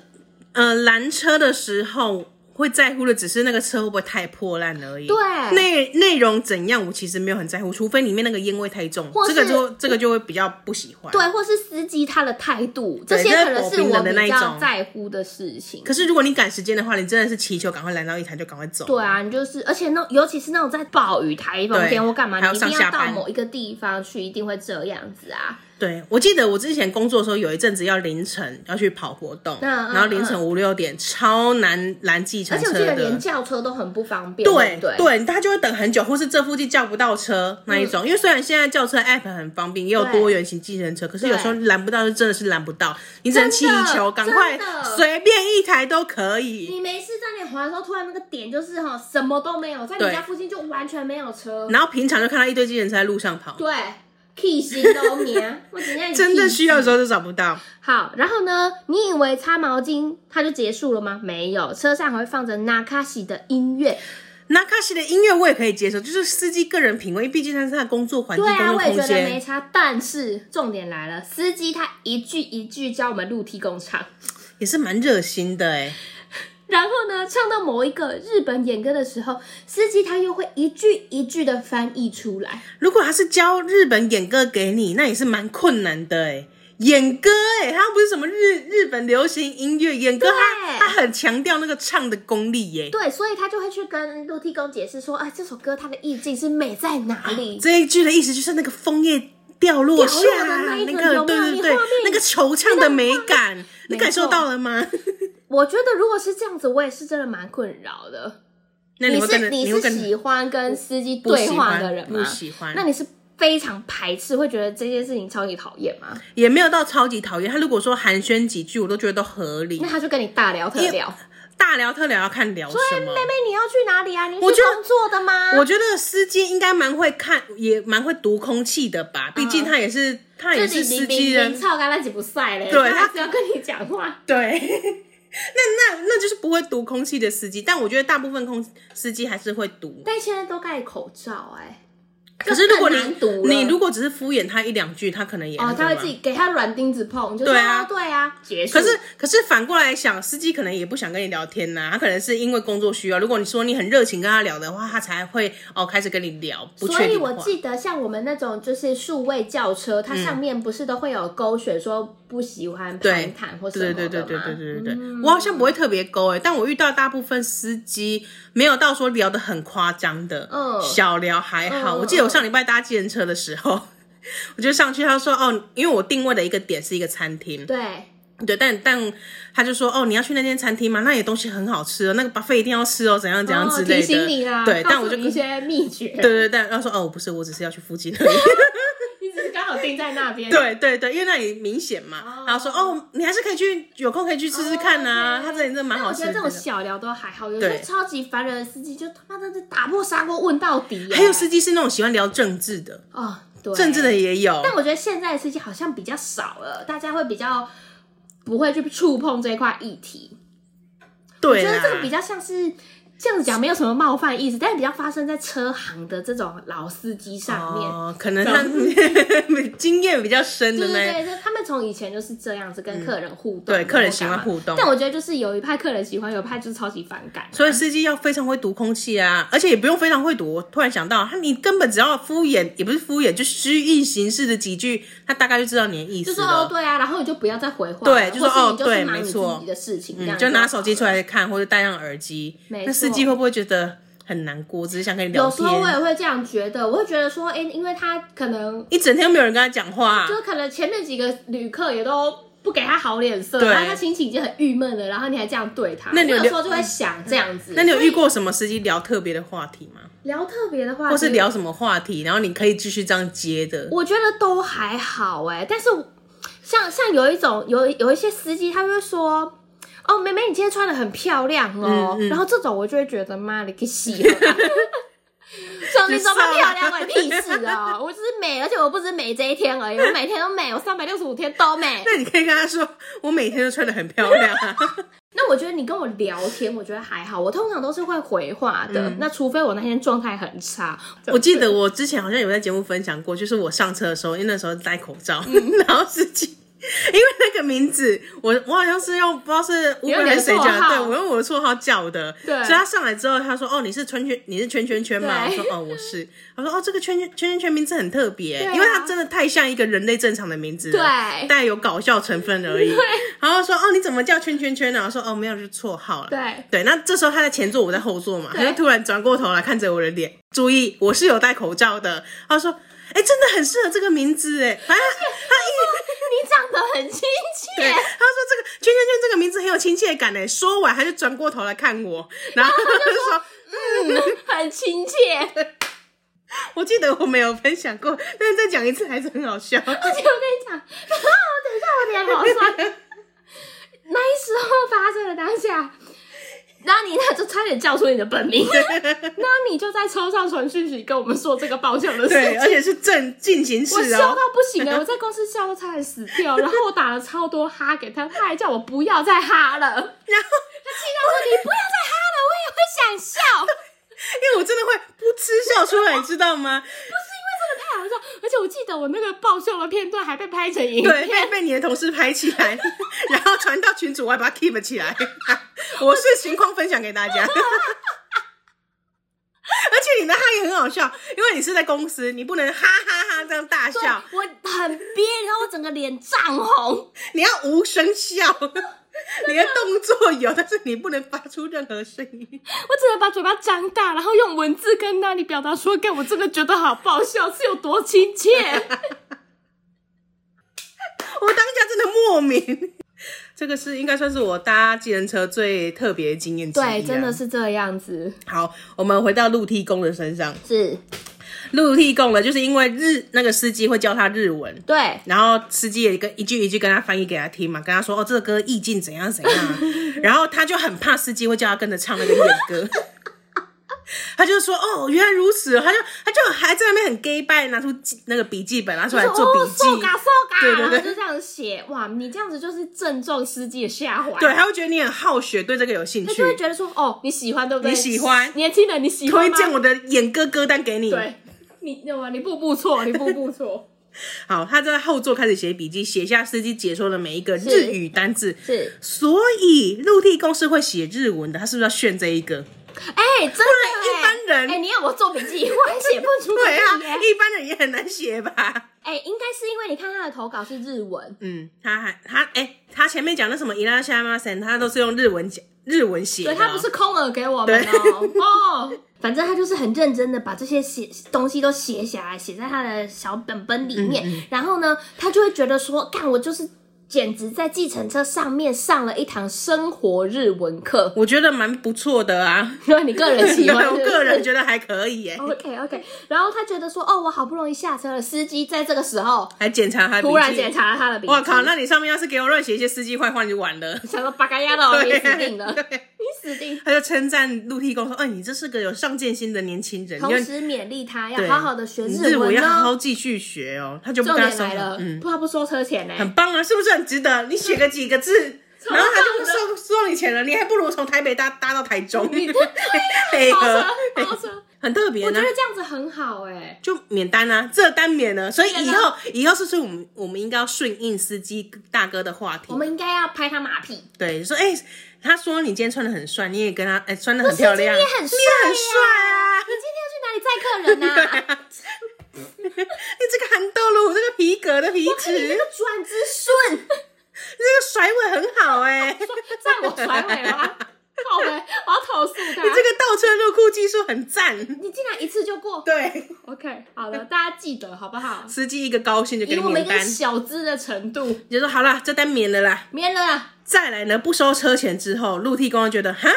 呃，拦车的时候会在乎的只是那个车会不会太破烂而已。对内内容怎样，我其实没有很在乎，除非里面那个烟味太重或，这个是就这个就会比较不喜欢。对，。或是司机他的态度，这对些这是可能薄是冰我冷的那比一较种在乎的事情。可是如果你赶时间的话，你真的是祈求赶快拦到一台就赶快走。对啊，你就是，而且那尤其是那种在暴雨、台风对天或干嘛，还有你一定上要下到班某一个地方去，一定会这样子啊。对，我记得我之前工作的时候，有一阵子要凌晨要去跑活动，嗯嗯然后凌晨五六点超难拦计而程且车我的。记得连叫车都很不方便，对对不对？嗯对，他就会等很久，或是这附近叫不到车那一种。因为虽然现在叫车 app 很方便，也有对多元型计程车，可是有时候拦不到，就真的是拦不到，你只能祈真的求赶快真的随便一台都可以。你没事在那里滑的时候，突然那个点就是哈，什么都没有，在你对家附近就完全没有车，然后平常就看到一堆计程车在路上跑，对。屁心都 黏，我今天真正需要的时候就找不到。好，然后呢？你以为擦毛巾它就结束了吗？没有，车上还会放着 Nakashi 的音乐，那卡西的音乐我也可以接受，就是司机个人品味，毕竟他是他的工作环境、对工啊，作我也空觉得没间。差。但是重点来了，司机他一句一句教我们录梯工唱，也是蛮热心的哎、然后呢，唱到某一个日本演歌的时候，司机他又会一句一句的翻译出来。如果他是教日本演歌给你，那也是蛮困难的哎。演歌哎，他不是什么日日本流行音乐演歌，对他他很强调那个唱的功力耶。对，所以他就会去跟陆地公解释说，哎，这首歌它的意境是美在哪里？这一句的意思就是那个枫叶掉落下掉落的那一个有个没有对你对画对面，那个惆怅的美感，你感受没错到了吗？我觉得如果是这样子，我也是真的蛮困扰的。那你会跟是着你是会跟着喜欢跟司机不对喜话欢的人吗？不喜欢，那你是非常排斥，会觉得这件事情超级讨厌吗？也没有到超级讨厌。他如果说寒暄几句，我都觉得都合理那。他就跟你大聊特因为聊。大聊特聊要看聊什么。妹妹，你要去哪里啊？你是我觉得工作的吗？我觉得司机应该蛮会看，也蛮会读空气的嗯吧，毕竟他也是、他也是司机人，人，操，刚才几不晒嘞，对他他只要跟你讲话，对。 那那那就是不会读空气的司机，但我觉得大部分空司机还是会读。但现在都戴口罩哎、可是如果你更难读了你如果只是敷衍他一两句，他可能也哦那，个他会吧自己给他软钉子碰，就说对啊哦对啊，结束。可是，可是反过来想，司机可能也不想跟你聊天啊呐、他可能是因为工作需要。如果你说你很热情跟他聊的话，他才会哦开始跟你聊。不所确以定我的话记得像我们那种就是数位轿车，它上面不是都会有勾选说不喜欢对攀谈或什么对的对对对吗嗯对对对对，我好像不会特别勾诶、欸但我遇到大部分司机没有到说聊得很夸张的，嗯小聊还嗯好。嗯我记得我上礼拜搭计程车的时候， 我就上去，他说哦，因为我定位的一个点是一个餐厅，对，对，但但他就说哦，你要去那间餐厅吗？那里东西很好吃哦，那个 buffet 一定要吃哦，怎样怎样哦之类的。提醒你啦，对，告但诉我就你一些秘诀，对对对，他说哦，不是，我只是要去附近而已。你只是刚好定停在那边。对对对，因为那里明显嘛哎哦，然后说哦，你还是可以去，有空可以去吃吃看啊。哦他这里真的蛮但好我吃觉得的这。种小聊都还好，有对些超级烦人的司机就他妈的在打破砂锅问到底耶。还有司机是那种喜欢聊政治的，哦，对，政治的也有。但我觉得现在的司机好像比较少了，大家会比较不会去触碰这一块议题。我对觉得啦，这个比较像是这样子讲，没有什么冒犯意思，但是比较发生在车行的这种老司机上面。哦，可能他 经验比较深对的对呢。对，就他们从以前就是这样子跟客人互动，嗯对然后客人喜欢干嘛互动但我觉得就是有一派客人喜欢，有一派就是超级反感。所以司机要非常会读空气啊，而且也不用非常会读。我突然想到，他你根本只要敷衍，也不是敷衍，就虚意形式的几句，他大概就知道你的意就思说哦，了。对啊，然后你就不要再回话，对就说或是哦你就是对忙没你自错己的事情，这样嗯，就拿好手机出来看，或者戴上耳机。没那司错机会不会觉得很难过？只是想跟你聊有时候我也天，会这样觉得，我会觉得说，哎、因为他可能一整天都没有人跟他讲话、啊就是可能前面几个旅客也都不给他好脸色，对然后他心情已经很郁闷了，然后你还这样对他，那你我有有聊时候就会想这样子。那你有遇过什么司机聊特别的话题吗？聊特别的话题，或是聊什么话题，然后你可以继续这样接的？我觉得都还好哎、但是我像像有一种有有一些司机，他就会说。哦，妹妹，你今天穿的很漂亮哦。嗯嗯然后这种我就会觉得，妈，你个洗了 吧，上你你说上不漂亮啊关你屁事哦。 我只是美，而且我不止美这一天而已，我每天都美，我三百六十五天都 美。那你可以跟他说，我每天都穿的很漂亮、啊。那我觉得你跟我聊天，我觉得还好。我通常都是会回话的，嗯那除非我那天状态很差。 我记得我之前好像有在节目分享过，就是我上车的时候，因为那时候戴口罩，嗯 然后司机。因为那个名字，我我好像是用不知道是乌你用你的龟还是谁绰叫的，号对我用我的绰号叫的。对所以他上来之后，他说：“哦，你是圈圈，你是圈圈圈吗？”我对说：“哦，我是。”他说：“哦，这个圈圈圈圈圈名字很特别、对啊因为它真的太像一个人类正常的名字了，对 啊带有搞笑成分而已。”然后说：“哦，你怎么叫圈圈圈呢？”我说：“哦，没有，是绰号了。”对对，那这时候他在前座，我在后座嘛，他对就突然转过头来看着我的脸，注意我是有戴口罩的。他说：“哎、真的很适合这个名字哎，反正他一你长得很亲切，对，他说这个圈圈圈这个名字很有亲切感哎。”说完他就转过头来看我，然后他就说。嗯 很亲切。我记得我没有分享过，但是再讲一次还是很 好笑。而且我跟你讲，啊，等一下我脸好 酸。那一时候发生的当下，然后你那就差点叫出你的本 名，然后你就在车上传讯息跟我们说这个爆笑的事对，而情。且是正进行我式笑哦到。不行欸了，我在公司笑到差点死掉，然后我打了超多哈给他，他还叫我不要再哈了，他气到说然后，你不要再哈了，我也会想笑，因为我真的会噗嗤笑出来，你知道吗？太好笑，而且我记得我那个爆笑的片段还被拍成影对，片，被被你的同事拍起来， 然后传到群主，我还把它 keep 起来。 我是情况分享给大家。 而且你的哈也很好笑，因为你是在公司，你不能哈哈哈这样大对笑，我很憋，然后我整个脸涨红。你要无声笑。你的动作有，但是你不能发出任何声音。我只能把嘴巴张大，然后用文字跟那里表达说，干我真的觉得好爆笑，是有多亲切。我当下真的莫名。这个是应该算是我搭计程车最特别的经验之一、啊。 对，真的。是这样子，好，我们回到陆地公的身上。是陆地供了，就是因为日那个司机会教他日文，对，然后司机也跟一句一句跟他翻译给他听嘛，跟他说哦这个歌意境怎样怎样啊、然后他就很怕司机会叫他跟着唱那个演歌。他就说：“哦，原来如此。”他就他就还在那边很 gay 拜，拿出记那个笔记本，拿出来就做哦，笔记。瘦嘎瘦嘎，对对对然后就这样写，哇，你这样子就是正中司机的下怀，对，，他会觉得你很好学，对这个有兴他趣就，会觉得说，哦，你喜欢对不对？你喜欢年轻人你喜欢推吗荐我的演歌歌单给你。对。你有吗？你步步错，你步步错，好，他在后座开始写笔记，写下司机解说的每一个日语单字。是所以陆地公是会写日文的，他是不是要炫这一个？ 哎、真的、然哎一般人哎、你要我做笔记，我也写不出对来啊，耶。一般人也很难写吧？哎、应该是因为你看他的投稿是日文，嗯，他还他哎、他前面讲的什么伊拉夏马森，他都是用日文讲日文写的哦、对他不是空耳给我们哦，哦，反正他就是很认真的把这些写东西都嗯写下来，写在他的小本本里面，然后呢，他就会觉得说，干我就是。简直在计程车上面上了一堂生活日文课。 我觉得蛮不错的啊。因为你个人喜 欢，我是不是哦个人觉得还可以耶、 OK OK，然后他觉得说，哦，我好不容易下车了，司机在这个时候还检查还突然检，查了他的笔记，我靠！那你上面要是给我乱写一些司机坏话，你就完了。想说八嘎丫的，你对哦死定了，对你死定。他就称赞陆地公说：“哎，你这是个有上进心的年轻人，同 你要时勉励他对要好好的学你日文文要好哦。好继续学哦。”他就不重跟他点收来了，嗯，不他不收车钱呢、很棒啊，是不是很值得？你写个几 个字，超然后他棒的就收收你钱了，你还不如从台北搭搭到台 中，配包车 合包车，很特别我呢觉得。这样子很好哎、就免单啊，这单免了，所以以免后以后是不是我们我们应该要顺应司机大哥的话题我？们应该要拍他马屁，对，说哎、他说你今天穿的很帅，你也跟他哎、穿的很漂亮，你也很帅啊你也很帅啊，你 今天要去哪里载客人呐、对啊，你这个韩豆露，这个皮革的皮我质，看你你这这个个转之顺， 甩尾很好哎、在我甩尾吗？靠北，我要投诉他。你这个倒车入库技术很赞。你竟然一次就过对， ，OK，好了，大家记得好不好？司机 一个高兴就给以你我们免一个单，小资的程度，你就说好啦，这单免了啦。免了啦，再来呢，不收车钱之后，陆地公就觉得哈，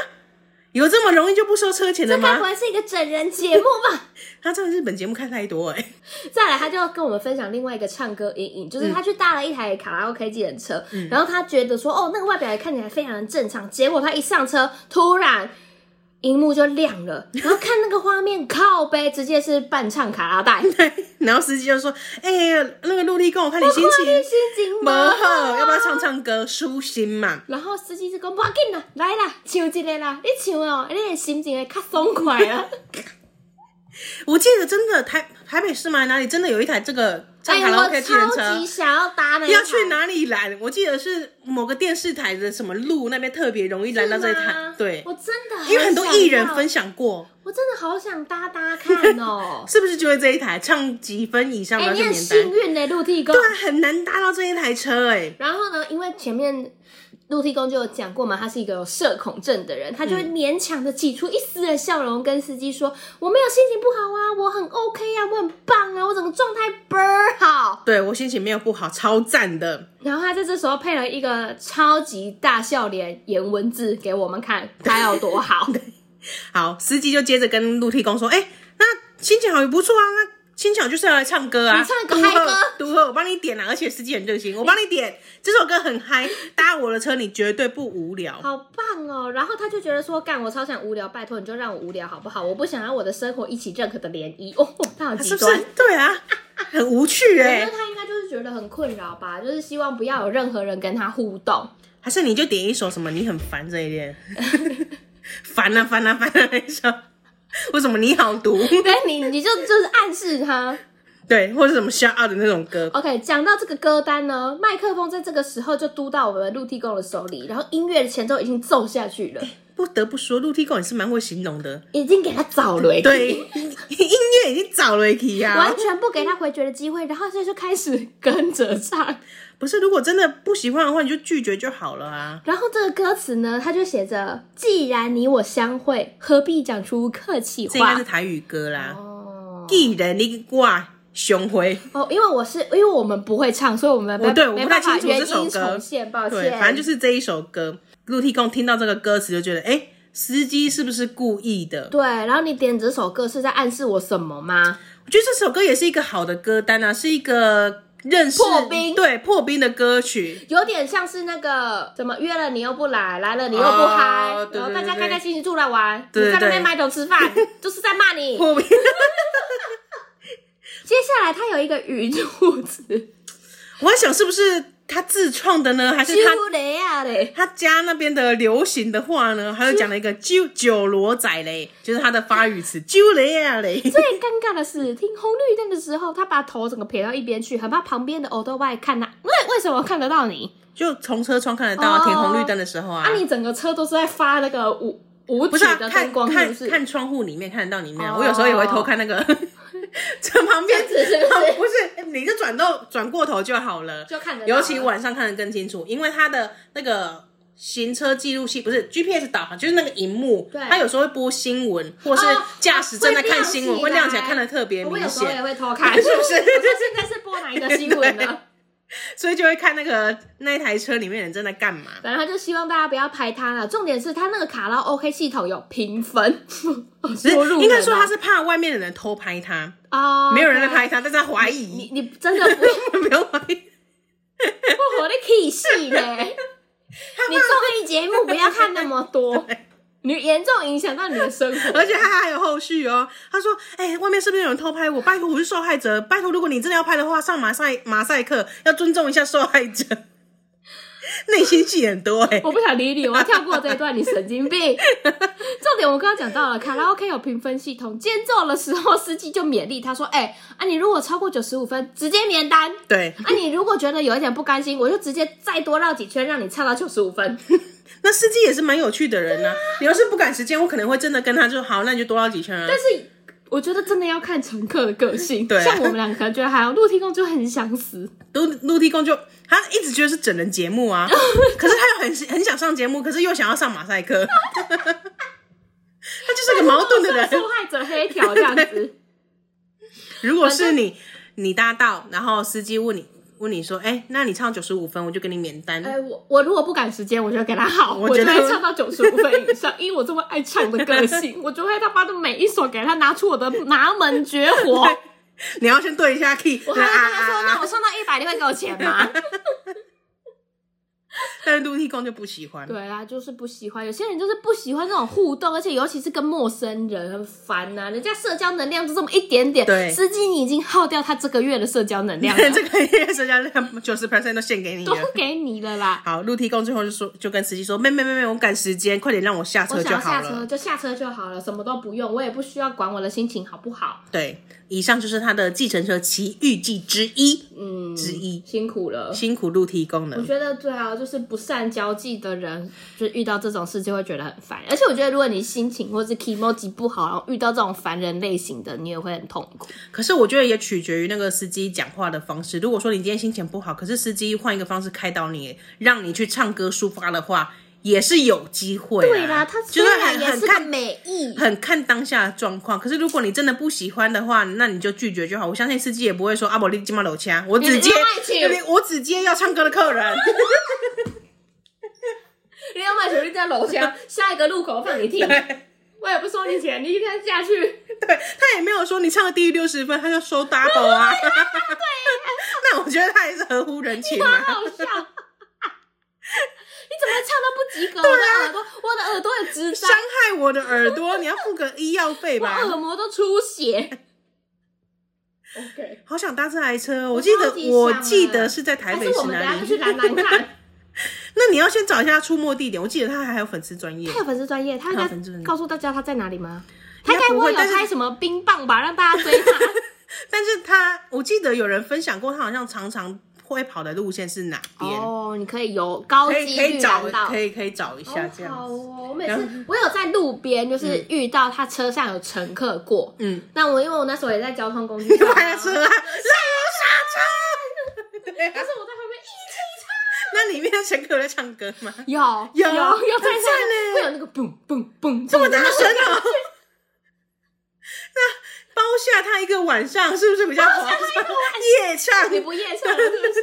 有这么容易就不收车钱的这该不吗？会是一个整人节目吧？他这个日本节目看太多哎、 再来，他就跟我们分享另外一个唱歌阴影，嗯就是他去搭了一台卡拉 OK 计程车，然后他觉得说，哦，那个外表也看起来非常的正常，结果他一上车，突然。荧幕就亮了，然后看那个画面，靠背直接是伴唱卡拉 带，然后司机就说：“哎、那个陆地公，我看你我心跨越情心情不不好好，要不要唱唱歌舒心嘛 然后司机就讲：“不要紧啦，啊来啦，唱一个啦，你唱哦，你的心情会较爽快啊。？”我记得真的台台北市嘛，哪里真的有一台这个” 唱哎卡呀，拉我 OK 计程超级车。想要搭那一要去台？哪里拦？我记得是某个电视台的什么路那边特别容易拦到这一是台吗，对，我真的因为很多想艺人要分享过，。我真的好想搭搭看哦 是不是就是这一台唱几分以上哎、然你后就很免单？幸运呢、陆地公对。啊，很难搭到这一台车哎、然后呢，因为前面陆地公就有讲过嘛，他是一个有社恐症的人，他就会勉强的挤出一丝的笑容，跟司机说：“我没有心情不好啊，我很 OK 啊，我很棒啊，我整个状态倍儿好。对我心情没有不好，超赞的。”然后他在这时候配了一个超级大笑脸颜文字给我们看，他有多好。好，司机就接着跟陆地公说：“哎、那心情好也不错啊，那心情好就是要来唱歌啊，你唱个独嗨喝歌独喝，我帮你点啊，而且司机很热心，我帮你点这首歌很嗨，搭我的车你绝对不无聊。好棒哦！然后他就觉得说，干我超想无聊，拜托你就让我无聊好不好？我不想要我的生活一起任何的涟漪哦，他好啊极是不端啊是。？对 啊，很无趣我哎、觉得他应该就是觉得很困扰吧，就是希望不要有任何人跟他互动。 还是你就点一首什么你很烦这一类， 烦啊烦啊烦啊那一首，为什么你好毒？ 对你，你就就是暗示他。对，或者什么 shout out 的那种歌， OK，讲到这个歌单呢，麦克风在这个时候就嘟到我们陆地公的手里，然后音乐的前奏已经奏下去了，不得不说，陆地公也是蛮会形容的。已经给他找了，对， 啊音乐已经找了一题呀完。全不给他回绝的机会，然后他就开始跟着唱。不是，如果真的不喜欢的话，你就拒绝就好了啊。然后这个歌词呢，它就写着：“既然你我相会，何必讲出客气这应该话是台语歌？”啦。哦既然你挂雄回，哦，因为我是因为我们不会唱，所以我们没我对我没不太办清法楚原这音首歌重现，抱对，歉。反正就是这一首歌。陆地公听到这个歌词就觉得，哎、司机是不是故意的？对。然后你点这首歌是在暗示我什么吗？我觉得这首歌也是一个好的歌单啊，是一个认识破冰对破冰的歌曲。有点像是那个怎么约了你又不来，来了你又不嗨，哦对然后对大家对开开心心出来玩，对你对在那对边买酒吃饭，就是在骂 你。破冰，接下来它有一个语助词，我在想是不是他自创的呢，还是他修雷啊嘞。他家那边的流行的话呢，他就讲了一个“九九罗仔”嘞，就是他的发语 词“九雷啊嘞最尴尬的是，听红绿灯的时候，他把头整个撇到一边去，很怕旁边的 o l d 外看他。为为什么看得到你？”，就从车窗看得到啊哦停红绿灯的时候啊啊，，你整个车都是在发那个五五不指是啊，的看灯光，是不看是？看窗户里面看得到里面啊，哦我有时候也会偷看 那个车旁边，哦这样子是不是不是，你就转到转过头就好了，就看得到了啊尤其晚上看得更清楚，因为它的那个。行车记录器不是 GPS 导航，就是那个荧幕，对它有时候会播新闻，或是哦驾驶正在会看亮新闻，起会亮起来，来看得特别我明有时候 显也。会偷看，是不是 我说现在是播哪一个新闻呢？所以就会看那个那一台车里面人正在干嘛。反正他就希望大家不要拍他啦。重点是他那个卡拉 OK 系统有评分， 只是多入门啊应该说他是怕外面的人偷拍他，啊，没有人在拍他，但是他怀疑你，，你真的 不没有怀疑， 不活的 key 戏嘞！你综艺节目不要看那么多，你严重影响到你的生活。而且他还有后续哦。他说：“哎、外面是不是有人偷拍我？拜托，我是受害者。拜托，如果你真的要拍的话，上马赛马赛克，要尊重一下受害者。” 内心戏很多哎、我不想理你，我要跳过这一段，你神经病。重点我刚刚讲到了，卡拉 OK 有评分系统，监奏的时候司机就勉励他说：“哎、啊，你如果超过九十五分，直接免单。” 对，啊，你如果觉得有一点不甘心，我就直接再多绕几圈，让你唱到九十五分。那司机也是蛮有趣的人呢、你要是不赶时间，我可能会真的跟他就好，那你就多绕几圈啊。但是我觉得真的要看乘客的个性，对啊像我们两个可能觉得还好，陆地公就很想死，陆陆地公就他一直觉得是整人节 目啊，可是他又很很想上节目，可是又想要上马赛克， 他就是个矛盾的人。 受害者黑条这样 子。如果是你，你搭到，然后司机问你问你说，哎、那你唱九十五分，我就给你免单。哎、我我如果不赶时间，我就给他好， 我我就觉得会唱到九十五分以上，因为我这么爱唱的个 性，我就会他妈的每一首给他拿出我的拿门绝活。你要先对一下 key，我还会跟他说：“啊那我唱到一百，你会给我钱吗？” 但是陆地公就不喜欢。对啊，就是不喜欢。有些人就是不喜欢这种互动，而且尤其是跟陌生人，很烦啊呐、人家社交能量就这么一点点，对司机你已经耗掉他这个月的社交能 量了， 这个月社交量九十 percent 都献给你啊都了。给你了啦。好，陆地公最后就说，就跟司机说，妹妹妹妹，我赶时间，快点让我下我车想就要好下车了。就下车就好了，什么都不用，我也不需要管我的心情好不好。对，以上就是他的计程车奇遇记之一，嗯，之一辛苦了。辛苦陆地公了我。觉得对啊，就是不善交际的人，就遇到这种事就会觉得很烦。而且我觉得，如果你心情或是 emoji 不好，然后遇到这种烦人类型的，你也会很痛苦。可是我觉得也取决于那个司机讲话的方式。如果说你今天心情不好，可是司机换一个方式开导你，让你去唱歌抒发的话，也是有机会、啊。对啦，他就虽是然很也很是个看美意，很看当下的状况。可是如果你真的不喜欢的话，那你就拒绝就好。我相信司机也不会说阿伯利金马楼掐，我只接 你你卖去我只接要唱歌的客 人。你要买手机在楼下，下一个路口放你听。我也不收你钱，你一天下去。对他也没有说你唱的低于六十分，他就收 double 啊。对，啊 那我觉得他也是合乎人情好 嘛。好笑。你怎么会唱到不及格？我的耳朵，我的耳朵也直啊伤张，害我的耳朵，你要付个医药费 我吧？耳膜都出血。OK，好想搭这台车哦！我我记超级得想我啊记得是在台还北是我是们等哪下就里？去兰兰看。 那你要先找一下出没地点。我记得他还有粉丝 专业 他，有粉丝专业，他他有粉丝专应该业告诉大家他在哪里吗？他应应该该不不会会有但是拍什么冰棒吧，让大家追 他。但是他我记得有人分享过，他好像常常会跑的路线是哪边？哦，你可以有高可以几可以率找拦到，可以可以找一下这好样好子。哦，我每然次我有在路边就是遇到他车上有乘客过，嗯，那我因为我那时候也在交通 工具上啊，拍了车啊，但是我在旁 那里面的乘客有在唱歌吗？边一起唱，有有有有在很赞唱，呢会有那个嘣嘣嘣，这么大嘣声哦！那包下他一个晚上是不是比 较划算？夜唱，你不夜唱了是不 是？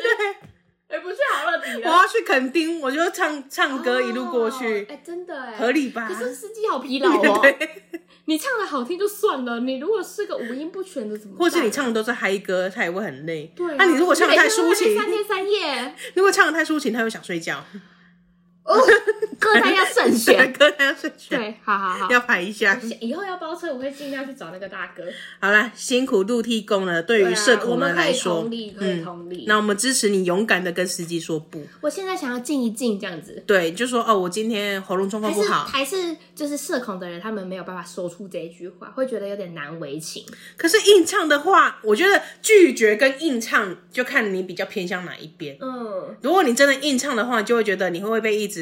哎，不去好乐迪我了，要去垦丁，我就唱唱歌一路过去哦，哎，真的哎，合理吧？可是司机好疲劳哦， 对，你唱的好听就算了，你如果是个五音不全的怎么办？或是你唱的都是嗨歌，他也会很累。对啊，那你如果唱的太抒你每天情都在那边，三天三夜，如果唱的太抒情，他会想睡觉。哦，歌单要慎对选， 歌他要睡觉，对，好好好。要排一下。以后要包车，我会尽量去找那个大哥。好啦，辛苦陆地公了，对对于啊社恐我们人可以来说同理，可以嗯，同理。那我们支持你勇敢的跟司机说不。我现在想要静一静，这样子。对，就说哦，我今天喉咙状况还不是好。还是就是社恐的人，他们没有办法说出这一句话，会觉得有点难为情。可是硬唱的话，我觉得拒绝跟硬唱就看你比较偏向哪一边。嗯，如果你真的硬唱的话，就会觉得你会不会被一直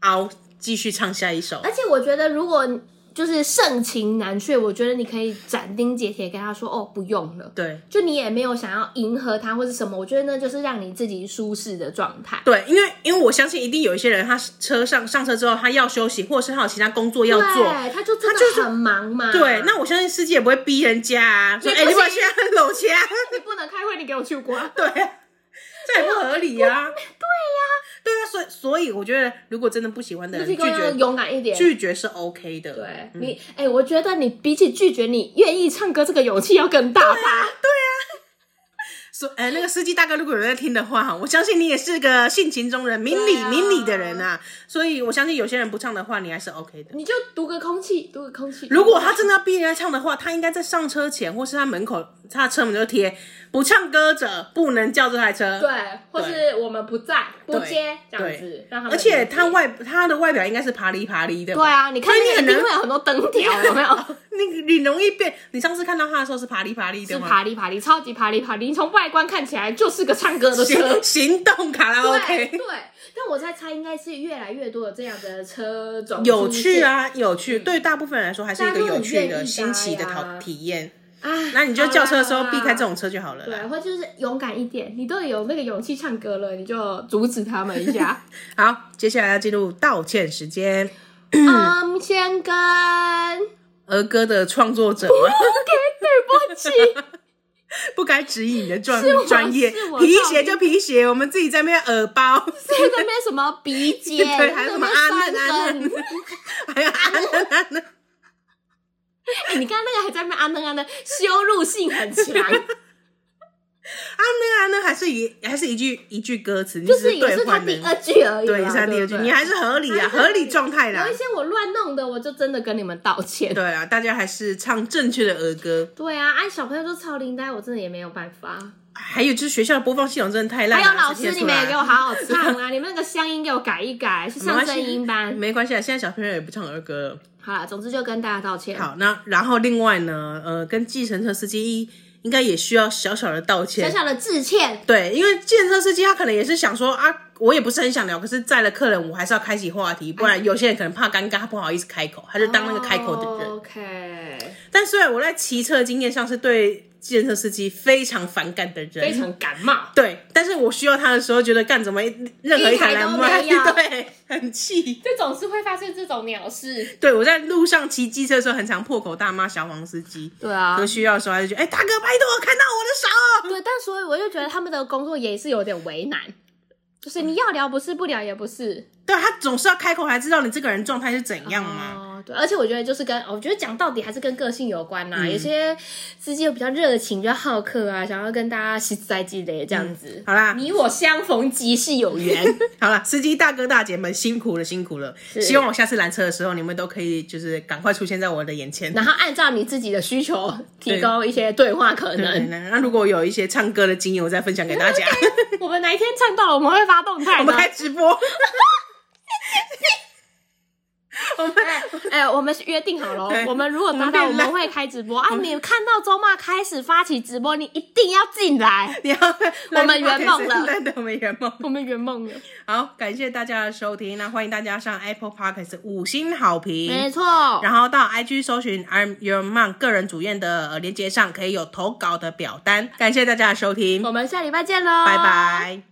凹，继续唱下一首而。且我觉得如果就是盛情难却，我觉得你可以斩钉截铁跟他说：“哦，不用了。”对就你也没有想要迎合他或是什么，我觉得那就是让你自己舒适的状态。对，因为因为我相信一定有一些人，他车上上车之后，他要休息，或者是他有其他工作要做。对，他就真他就是的很忙嘛。对，那我相信司机也不会逼人家啊，说也哎、不你把行现在搂起来。你不能开会，你给我去关。对啊，这也不合理啊。对呀、对啊，所以所以我觉得，如果真的不喜欢的就人，是拒要绝勇敢一点。拒绝是 OK 的。对嗯你，哎、我觉得你比起拒绝，你愿意唱歌这个勇气要更大啊吧？所哎、那个司机大哥，如果有在听的话，我相信你也是个性情中人、明理、对啊明理的人啊。所以我相信有些人不唱的话，你还是 OK 的。你就读个空气，读个空气。如果他真的要逼人家唱的话，他应该在上车前或是他门口，他的车门就贴“不唱歌者不能叫这台车”。对，啊或是我们不在不接这样子对，让他们而且他理解外他的外表应该是爬哩爬哩的吧。对啊，你看所以你那个很一定能会有很多灯条，有没 有？你你容易变。你上次看到他的时候是爬哩爬哩是的吗？爬哩爬哩，超级爬哩爬哩。你从外观看起来就是个唱 歌的车行。行动卡拉对啊 OK，对，但我在猜，应该是越来越多的这样的车种有趣啊！啊，有趣。对大部分人来说，还是一大家个都有很趣愿的、意新奇的搭呀讨体验。哎，那你就好啦叫车的时候好啦避开这种车就好了对，啦。或就是勇敢一点，你都有那个勇气唱歌了，你就阻止他们一 下。好，接下来要进入道歉时间。嗯，先跟儿歌的创作者哦对不起， 不该质疑你的专是我专业是，我皮造鞋成就皮鞋，我们自己在那边耳包， 是那边什么鼻尖，对，还有什么啊阿那嫩边阿酸嫩根。， 还有啊阿嫩阿嫩，哎、你刚刚那个还在那边安那安那，羞辱性很 强，阿嫩阿嫩，还是一还是一句一句歌词，你就只是也兑是他换第的二，句而已啦。对，对，是他第二句，对你还是合理啊，还是合合理理状态啦有一。些我乱弄的，我就真的跟你们道歉。对啦，大家还是唱正确的儿歌。对啊，按小朋友就超龄呆，我真的也没有办法。还有就是学校的播放系统真的太烂还了，有老这听师，得你们啊出来也给我好 好唱啊！你们那个乡音给我改一改，去上声音班。没关系啊，现在小朋友也不唱儿歌了。好了，总之就跟大家道歉。好，那然后另外呢，呃，跟计程车司机一应该也需要小小的道歉小。小的致歉，对，因为计程车司机他可能也是想说啊，我也不是很想聊，可是载了客人，我还是要开启话题，不然有些人可能怕尴尬，他不好意思开口，他就当那个开口的人。哦 OK，但虽然我在骑车的经验上是对计程车司机非常反感的人，非常感冒。对，但是我需要他的时候，觉得干怎么任何一台台来都卖，没有 对，很气。这总是会发生这种鸟事。对我在路上骑机车的时候，很常破口大骂小黄司机。对啊哦有需要的时候，他就觉得，哎、大哥，拜托，看到我的手。对，但所以我就觉得他们的工作也是有点为难，就是你要聊不是，不聊也不是。对他总是要开口才知道你这个人状态是怎样嘛。哦，对，而且我觉得就是跟，哦我觉得讲到底还是跟个性有关嗯啦。有些司机比较热情，比较好客啊，想要跟大家实在积累这样子。啊好啦， 你我相逢即是有缘， 好啦，司机大哥大姐们辛苦了，辛苦了。希望我下次拦车的时候，你们都可以就是赶快出现在我的眼前。然后按照你自己的需求提供一些对话可对能。那那如果有一些唱歌的经验，我再分享给大家。 我们哪一天唱到了，我们会发动态我的们。开直播。 我们哎、我们约定好了对，我们如果达我们变到，烂我们会开直播啊！你看到周骂开始发起直播，你一定要进来。 你要我们圆梦了对对，我们圆梦。我们圆梦了，好，感谢大家的收听，那欢迎大家上 Apple Podcast 五星好没评，错。然后到 IG 搜寻 I'm Your Mom 个人主页的呃连接上可以有投稿的表单。感谢大家的收听，我们下礼拜见喽，拜。拜。